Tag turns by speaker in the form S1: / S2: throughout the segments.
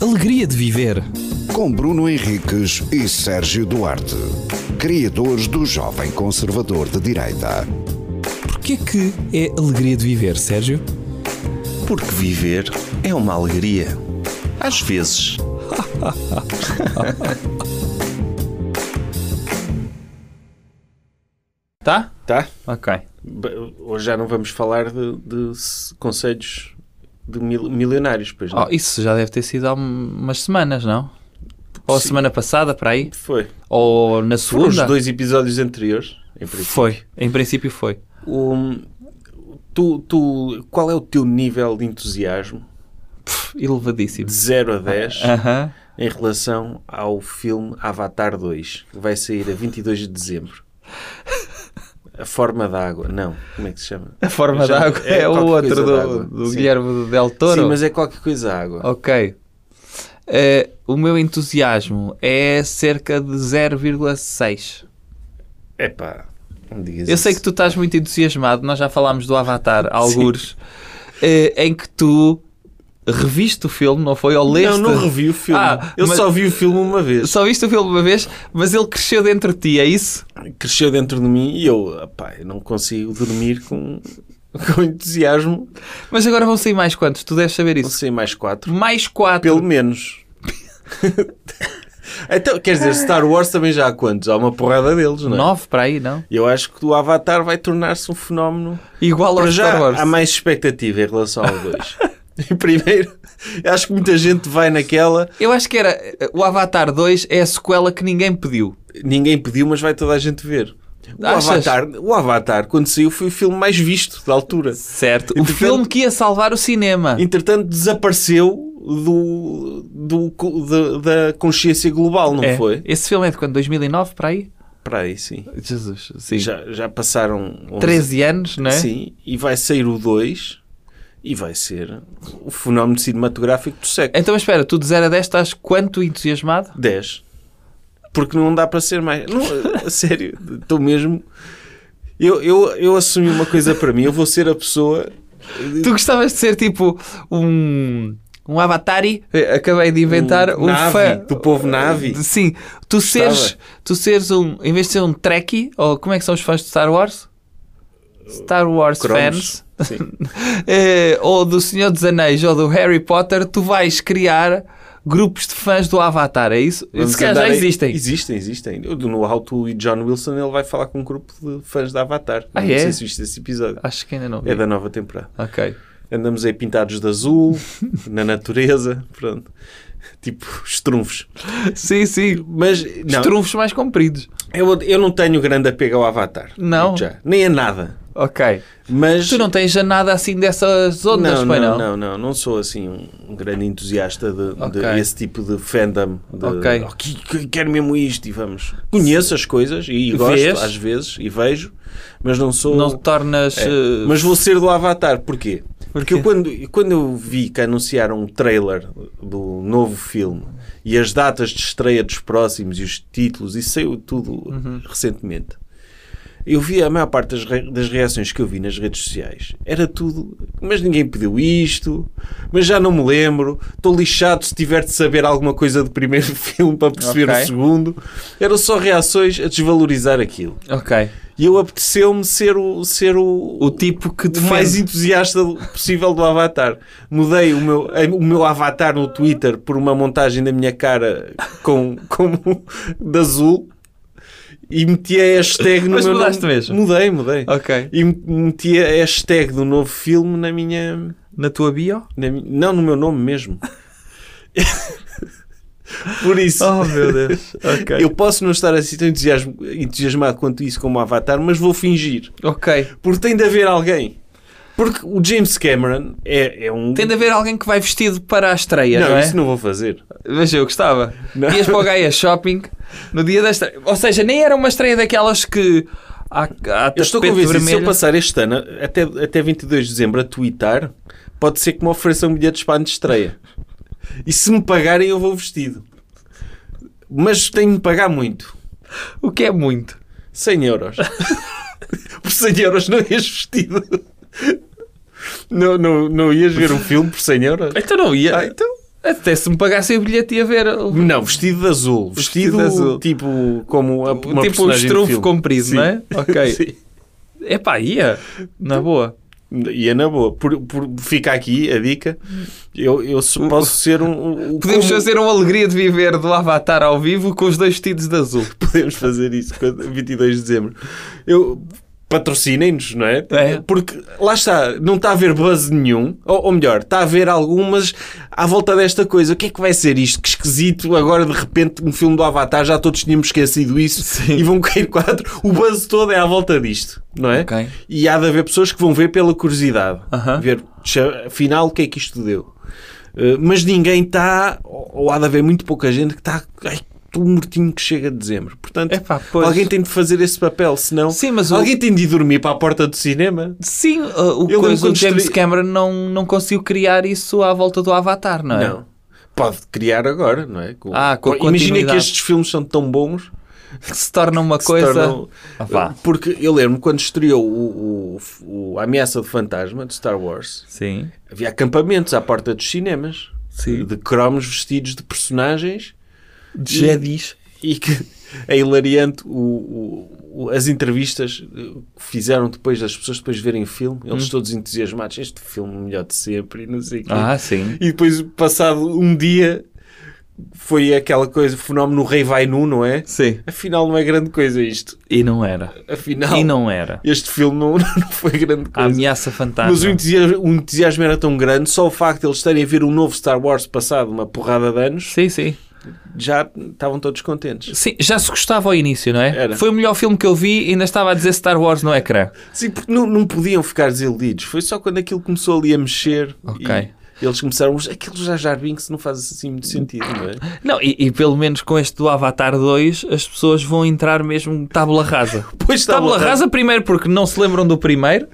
S1: alegria de viver.
S2: Com Bruno Henriques e Sérgio Duarte, criadores do Jovem Conservador de Direita.
S1: Porquê que é alegria de viver, Sérgio?
S3: Porque viver é uma alegria. Às vezes.
S4: Tá?
S3: Tá?
S4: Ok.
S3: B- Hoje já não vamos falar de, de s- conselhos de mil- milionários, pois não?
S4: Oh, isso já deve ter sido há um- umas semanas, não? Ou a
S3: Sim.
S4: semana passada, para aí?
S3: Foi.
S4: Ou na
S3: Foram os
S4: segunda?
S3: dois episódios anteriores. Em princípio.
S4: Foi. Em princípio foi.
S3: O- tu, tu, qual é o teu nível de entusiasmo
S4: Pff, elevadíssimo.
S3: de 0 a 10
S4: Aham.
S3: em relação ao filme Avatar 2, que vai sair a 22 de dezembro? A forma da água, não, como é que se chama?
S4: A forma
S3: Já-
S4: d'água é, o
S3: qualquer
S4: outro
S3: coisa d'água.
S4: do, do
S3: Sim.
S4: Guilherme Del Toro.
S3: Sim, mas é qualquer coisa água.
S4: Ok. Eh, o meu entusiasmo é cerca de 0,6.
S3: Epá, não me digas
S4: Eu
S3: isso.
S4: sei que tu estás muito entusiasmado, nós já falámos do Avatar, algures, eh, em que tu reviste o filme, não foi? Ou leste?
S3: Não, não revi o filme.
S4: Ah,
S3: eu
S4: mas-
S3: só vi o filme uma vez.
S4: Só viste o filme uma vez, mas ele cresceu dentro de ti, é isso?
S3: Cresceu dentro de mim e eu, opá, eu não consigo dormir com, com entusiasmo.
S4: Mas agora vão sair mais quantos? Tu deves saber
S3: Não
S4: isso.
S3: sei, mais quatro.
S4: Mais quatro.
S3: Pelo menos. então, quer dizer, Star Wars também já há quantos? Há uma porrada deles, não é?
S4: Nove para aí, não?
S3: Eu acho que o Avatar vai tornar-se um fenómeno.
S4: Igual ao
S3: Para já
S4: Star Wars.
S3: há mais expectativa em relação ao dois. Primeiro, eu acho que muita gente vai naquela.
S4: Eu acho que era. eh, O Avatar 2 é a sequela que ninguém pediu.
S3: Ninguém pediu, mas vai toda a gente ver. O
S4: Achas?
S3: Avatar, o Avatar, quando saiu, foi o filme mais visto da altura.
S4: Certo. O
S3: Entretanto-
S4: filme que ia salvar o cinema.
S3: Entretanto, desapareceu do, do, co- da, da consciência global, não
S4: É.
S3: foi?
S4: Esse filme é de quando? 2009 para aí?
S3: Para aí, sim.
S4: Jesus, sim.
S3: Já, já passaram 11
S4: 13 anos, não é?
S3: Sim, e vai sair o 2 e vai ser o fenómeno cinematográfico do século.
S4: Então espera, tu de 0 a 10 estás quanto entusiasmado?
S3: 10. Porque não dá para ser mais. Não, a sério, estou mesmo. Eu, eu, eu assumi uma coisa para mim, eu vou ser a pessoa.
S4: Tu gostavas de ser tipo um. Um avatari, Eh, acabei de inventar um,
S3: Um Navi,
S4: fã
S3: do povo Navi.
S4: Sim, tu seres, tu seres um, em vez de ser um Trekkie, ou como é que são os fãs de Star Wars? Star Wars
S3: Cromos.
S4: fans,
S3: Sim.
S4: Eh, ou do Senhor dos Anéis, ou do Harry Potter, tu vais criar grupos de fãs do Avatar, é isso?
S3: Vamos
S4: Se calhar já
S3: andar aí-
S4: existem.
S3: Existem, existem. Eu, No How to e John Wilson ele vai falar com um grupo de fãs da Avatar.
S4: Ah,
S3: não
S4: é? Ah,
S3: sei se viste esse episódio.
S4: Acho que ainda não. vi.
S3: É da nova temporada.
S4: Ok.
S3: Andamos aí pintados de azul, na natureza, pronto. Tipo, estrunfos.
S4: Sim, sim.
S3: Mas,
S4: Os
S3: não,
S4: trunfos mais compridos.
S3: eu, eu não tenho grande apego ao Avatar.
S4: Não?
S3: Digo Já. Nem a nada.
S4: Ok.
S3: Mas...
S4: Tu não tens já nada assim dessas ondas,
S3: não,
S4: pois
S3: não,
S4: não?
S3: não, não, não sou assim um, um grande entusiasta de, de
S4: Ok.
S3: esse tipo de fandom. De,
S4: Ok.
S3: "Oh, que- que- quero mesmo isto e vamos. Conheço as coisas e gosto
S4: Vês?
S3: às vezes e vejo, mas não sou.
S4: Não te tornas.
S3: É,
S4: eh,
S3: Mas vou ser do Avatar, porquê? Porque
S4: Porquê?
S3: eu, quando, quando eu vi que anunciaram o trailer do novo filme e as datas de estreia dos próximos e os títulos, isso saiu tudo recentemente. Eu vi a maior parte das, re- das reações que eu vi nas redes sociais. Era tudo, mas ninguém pediu isto, mas já não me lembro. Estou lixado se tiver de saber alguma coisa do primeiro filme para perceber
S4: Ok.
S3: o segundo. Eram só reações a desvalorizar aquilo.
S4: Ok.
S3: E eu apeteceu-me ser o, ser o,
S4: O tipo que
S3: o mais
S4: defende.
S3: entusiasta do- possível do Avatar. Mudei o meu, a- o meu Avatar no Twitter por uma montagem da minha cara com, com de azul e meti a hashtag no
S4: Mas
S3: meu
S4: mudaste
S3: nome.
S4: mesmo?
S3: Mudei, mudei.
S4: Ok.
S3: E meti a hashtag do novo filme na minha,
S4: Na tua bio?
S3: na mi- Não, no meu nome mesmo. por isso.
S4: Oh meu Deus. Ok.
S3: Eu posso não estar assim tão entusiasmo- entusiasmado quanto isso como Avatar, mas vou fingir.
S4: Ok.
S3: Porque tem de haver alguém. Porque o James Cameron é, é um.
S4: Tem de haver alguém que vai vestido para a estreia, não,
S3: Não,
S4: é?
S3: isso não vou fazer.
S4: Mas eu gostava. Ias para o Gaia Shopping no dia da estreia. Ou seja, nem era uma estreia daquelas que. Há, há
S3: Eu estou
S4: tapete
S3: convencido que se eu
S4: vermelho.
S3: passar este ano, até, até 22 de dezembro, a twittar, pode ser que me ofereçam um bilhetes para a estreia. E se me pagarem, eu vou vestido. Mas tenho de pagar muito.
S4: O que é muito.
S3: 100 euros. por 100 euros não ias vestido. Não, não, não ias ver um filme por 100 euros?
S4: Então não ia.
S3: Ah, então.
S4: Até se me pagassem o bilhete ia ver. o-
S3: Não, vestido de azul.
S4: Vestido
S3: Vestido,
S4: de azul.
S3: tipo como a, uma
S4: tipo um
S3: personagem do
S4: estrufo
S3: filme.
S4: comprido,
S3: Sim.
S4: não é? Ok.
S3: Sim.
S4: É pá, ia. Na boa.
S3: E é na boa. Por, por- fica aqui a dica. Eu, eu se- posso ser um. um-
S4: Podemos
S3: como-
S4: fazer uma alegria de viver do Avatar ao vivo com os dois vestidos de azul.
S3: Podemos fazer isso quando- 22 de dezembro. Eu. Patrocinem-nos, não é?
S4: É.
S3: Porque lá está, não está a haver buzz nenhum, ou, ou melhor, está a haver algumas à volta desta coisa. O que é que vai ser isto? Que esquisito, agora de repente um filme do Avatar, já todos tínhamos esquecido isso
S4: Sim.
S3: e vão cair quatro. O buzz todo é à volta disto, não é?
S4: Ok.
S3: E há de haver pessoas que vão ver pela curiosidade,
S4: Aham.
S3: ver tcha- afinal o que é que isto deu. Uh, mas ninguém está, ou ou há de haver muito pouca gente que está. Ai, tu mortinho que chega de dezembro. Portanto,
S4: Epá, pois.
S3: alguém tem de fazer esse papel, senão.
S4: Sim, mas o-
S3: Alguém tem de ir dormir para a porta do cinema.
S4: Sim, uh, o,
S3: Eu lembro
S4: coisa, o
S3: quando
S4: James
S3: estreou-
S4: Cameron não, não conseguiu criar isso à volta do Avatar, não é?
S3: Não. Pode criar agora, não é? Com-
S4: Ah, com a
S3: Imagina que
S4: continuidade.
S3: estes filmes são tão bons
S4: Que se torna uma
S3: que se
S4: coisa.
S3: tornam-
S4: Ah, vá.
S3: Porque eu lembro quando estreou o, o- o- a Ameaça do Fantasma de Star Wars,
S4: Sim.
S3: havia acampamentos à porta dos cinemas
S4: Sim.
S3: de cromos vestidos de personagens
S4: De Jedis.
S3: e que é hilariante o- o- o- as entrevistas eh, que fizeram depois das pessoas depois verem o filme,
S4: Hum.
S3: eles todos entusiasmados, este filme é o melhor de sempre e não sei o quê.
S4: Ah, sim.
S3: E depois, passado um dia, foi aquela coisa, fenómeno rei vai nu, não é?
S4: Sim.
S3: Afinal não é grande coisa isto.
S4: E não era.
S3: Afinal,
S4: E não Ah, era.
S3: este filme não, não foi grande
S4: A
S3: coisa.
S4: ameaça fantasma.
S3: Mas o entusiasmo, o entusiasmo era tão grande, só o facto de eles terem a ver um novo Star Wars passado uma porrada de anos,
S4: Sim, sim.
S3: já estavam todos contentes.
S4: Sim, já se gostava ao início, não é?
S3: Era.
S4: Foi o melhor filme que eu vi e ainda estava a dizer Star Wars no ecrã.
S3: Sim, porque não, não podiam ficar desiludidos. Foi só quando aquilo começou ali a mexer.
S4: Ok.
S3: E eles começaram, "Mas aquilo já Jar Binks não faz assim muito sentido, não é?
S4: Não, e, e pelo menos com este do Avatar 2 as pessoas vão entrar mesmo tábula rasa.
S3: Pois
S4: Tábula
S3: estava-
S4: rasa primeiro porque não se lembram do primeiro,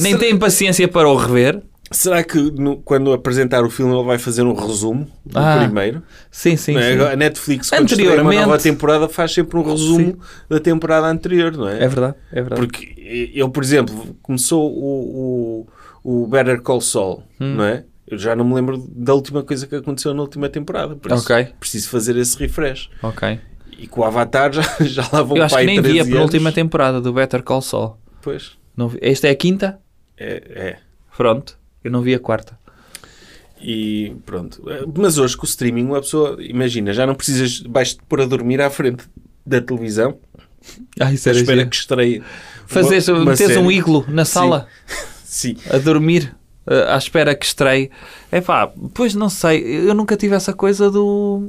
S4: nem têm paciência para o rever.
S3: Será que no- quando apresentar o filme ele vai fazer um resumo do
S4: Ah,
S3: primeiro?
S4: Sim, sim,
S3: Não é?
S4: sim.
S3: A Netflix, quando estreia
S4: Anteriormente.
S3: uma nova temporada, faz sempre um resumo da temporada anterior, não é?
S4: É verdade, é verdade.
S3: Porque eu, por exemplo, começou o, o, o Better Call Saul,
S4: Hum.
S3: não é? Eu já não me lembro da última coisa que aconteceu na última temporada. Por isso
S4: Ok.
S3: preciso fazer esse refresh.
S4: Ok.
S3: E com o Avatar já, já lá vão
S4: Eu acho
S3: para
S4: que
S3: aí
S4: nem
S3: 13
S4: vi a
S3: anos.
S4: penúltima temporada do Better Call Saul.
S3: Pois,
S4: Não vi- Esta é a quinta?
S3: é, é.
S4: Pronto. Eu não vi a quarta.
S3: E pronto. É, Mas hoje com o streaming uma pessoa, imagina, já não precisas, vais-te pôr a dormir à frente da televisão
S4: Ah, isso
S3: à espera que estreie.
S4: Fazeres,
S3: uma- uma
S4: meteres um
S3: série.
S4: iglo na sala.
S3: Sim.
S4: a dormir eh, à espera que estreie. É pá, pois não sei, eu nunca tive essa coisa do.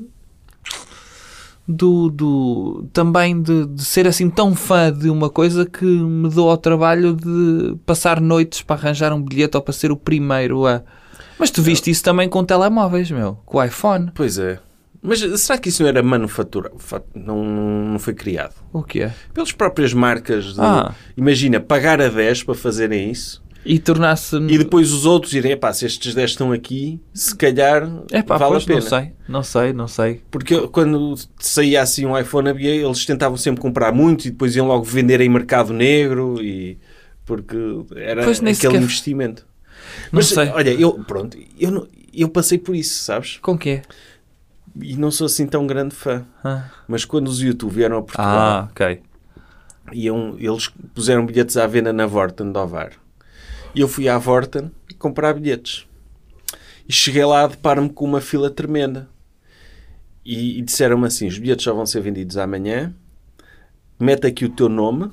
S4: do. do também de, de ser assim tão fã de uma coisa que me dou ao trabalho de passar noites para arranjar um bilhete ou para ser o primeiro a. Mas tu viste isso também com telemóveis, meu, com o iPhone.
S3: Pois é. Mas será que isso não era manufatura? fa- Não, não foi criado?
S4: O que é?
S3: Pelas próprias marcas. de-
S4: Ah.
S3: Imagina, pagar a 10 para fazerem isso
S4: E tornar-se.
S3: e depois os outros irem, epá, se estes 10 estão aqui, se calhar
S4: É pá,
S3: vale a
S4: pois
S3: pena.
S4: não sei, não sei, não sei.
S3: Porque eu- quando saía assim um iPhone, havia, eles tentavam sempre comprar muito e depois iam logo vender em mercado negro e porque era
S4: Pois nem
S3: aquele
S4: sequer-
S3: investimento.
S4: Não sei.
S3: olha, eu pronto, eu, não- eu passei por isso, sabes?
S4: Com que é?
S3: E não sou assim tão grande fã.
S4: Ah,
S3: Mas quando os YouTube vieram a Portugal,
S4: ah ok.
S3: iam, eles puseram bilhetes à venda na Vorten de Ovar. E eu fui à Vorten comprar bilhetes. E cheguei lá, deparo-me com uma fila tremenda. E, e disseram-me assim: os bilhetes já vão ser vendidos amanhã, mete aqui o teu nome.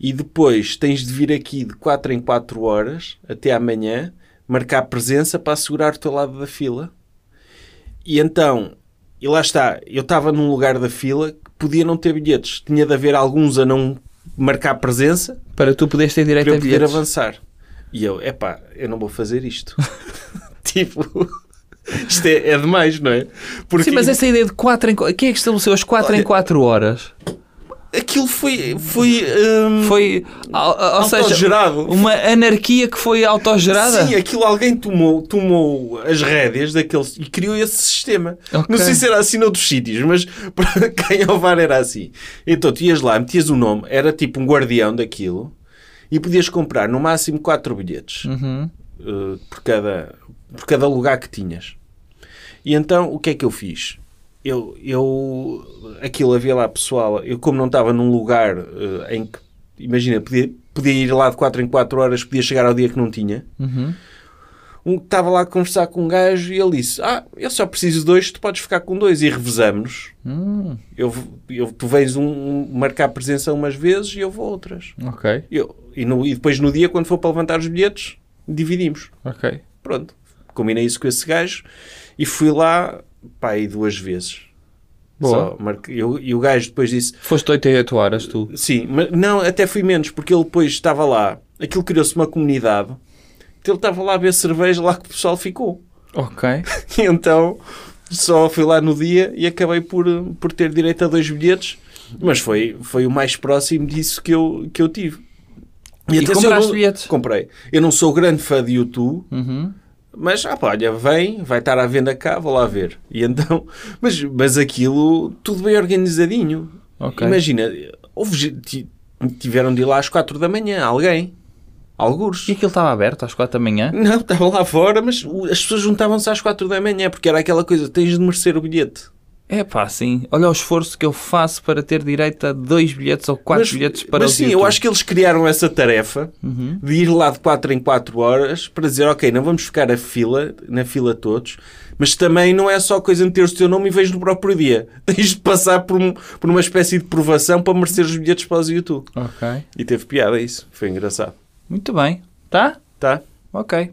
S3: E depois tens de vir aqui de 4 em 4 horas até amanhã, marcar presença para assegurar o teu lado da fila. E então, e lá está, eu estava num lugar da fila que podia não ter bilhetes. Tinha de haver alguns a não marcar presença
S4: Para tu poderes É ter direito
S3: para
S4: a
S3: eu poder
S4: bilhetes.
S3: avançar. E eu, epá, eu não vou fazer isto. tipo, isto é, é demais, não é? Porque
S4: Sim, mas essa ideia de 4 em 4... Quem é que estabeleceu as 4 em 4 horas?
S3: aquilo foi, foi, hum,
S4: Foi, ah, ah, ou seja,
S3: autogerado.
S4: uma anarquia que foi autogerada?
S3: Sim, é aquilo alguém tomou, tomou as rédeas daquele e criou esse sistema.
S4: Ok.
S3: Não sei se era assim noutros sítios, mas para quem ao VAR era assim. Então tu ias lá, metias o nome, era tipo um guardião
S4: Hum.
S3: daquilo e podias comprar no máximo 4 bilhetes
S4: Uhum.
S3: eh, por cada por cada lugar que tinhas. E então o que é que eu fiz? Eu, eu aquilo havia lá pessoal, eu como não estava num lugar eh, em que, imagina, podia, podia ir lá de 4 em 4 horas, podia chegar ao dia que não tinha.
S4: uhum.
S3: Um que estava lá a conversar com um gajo e ele disse: Ah, eu só preciso de dois, tu podes ficar com dois. E revezamos.
S4: Hum,
S3: Eu, eu, tu vens um, um marcar presença umas vezes e eu vou outras.
S4: ok,
S3: Eu, e, no- e depois no dia, quando for para levantar os bilhetes, dividimos.
S4: ok.
S3: Pronto, combinei isso com esse gajo e fui lá, pá, aí duas vezes.
S4: Boa.
S3: Só marquei- eu- e o gajo depois disse:
S4: Foste 88 horas tu.
S3: Sim, mas não, até fui menos, porque ele depois estava lá. Aquilo criou-se uma comunidade. Então Ele estava lá a beber cerveja, lá que o pessoal ficou.
S4: Ok.
S3: E então só fui lá no dia e acabei por, por ter direito a dois bilhetes. Mas foi, foi o mais próximo disso que eu, que eu tive.
S4: E
S3: atenção,
S4: compraste
S3: eu não-
S4: bilhetes?
S3: Comprei. Eu não sou grande fã de YouTube,
S4: Uhum.
S3: mas ah, pá, olha, vem, vai estar à venda cá, vou lá ver. E então, mas, mas aquilo tudo bem organizadinho.
S4: Ok.
S3: Imagina, houve ge- ti- tiveram de ir lá às 4 da manhã, alguém, algures.
S4: E aquilo estava aberto às 4 da manhã?
S3: Não, estavam lá fora, mas o- as pessoas juntavam-se às 4 da manhã, porque era aquela coisa, tens de merecer o bilhete.
S4: É pá, sim. Olha o esforço que eu faço para ter direito a dois bilhetes ou quatro
S3: mas,
S4: bilhetes para
S3: mas
S4: o Uhum.
S3: sim,
S4: YouTube.
S3: eu acho que eles criaram essa tarefa de ir lá de 4 em 4 horas para dizer, ok, não vamos ficar a fila, na fila todos, mas também não é só coisa de teres o teu nome e vês no próprio dia. Tens de passar por, um- por uma espécie de provação para merecer os bilhetes para os YouTube.
S4: Ok.
S3: E teve piada isso, foi engraçado.
S4: Muito bem. Tá?
S3: Tá?
S4: Ok.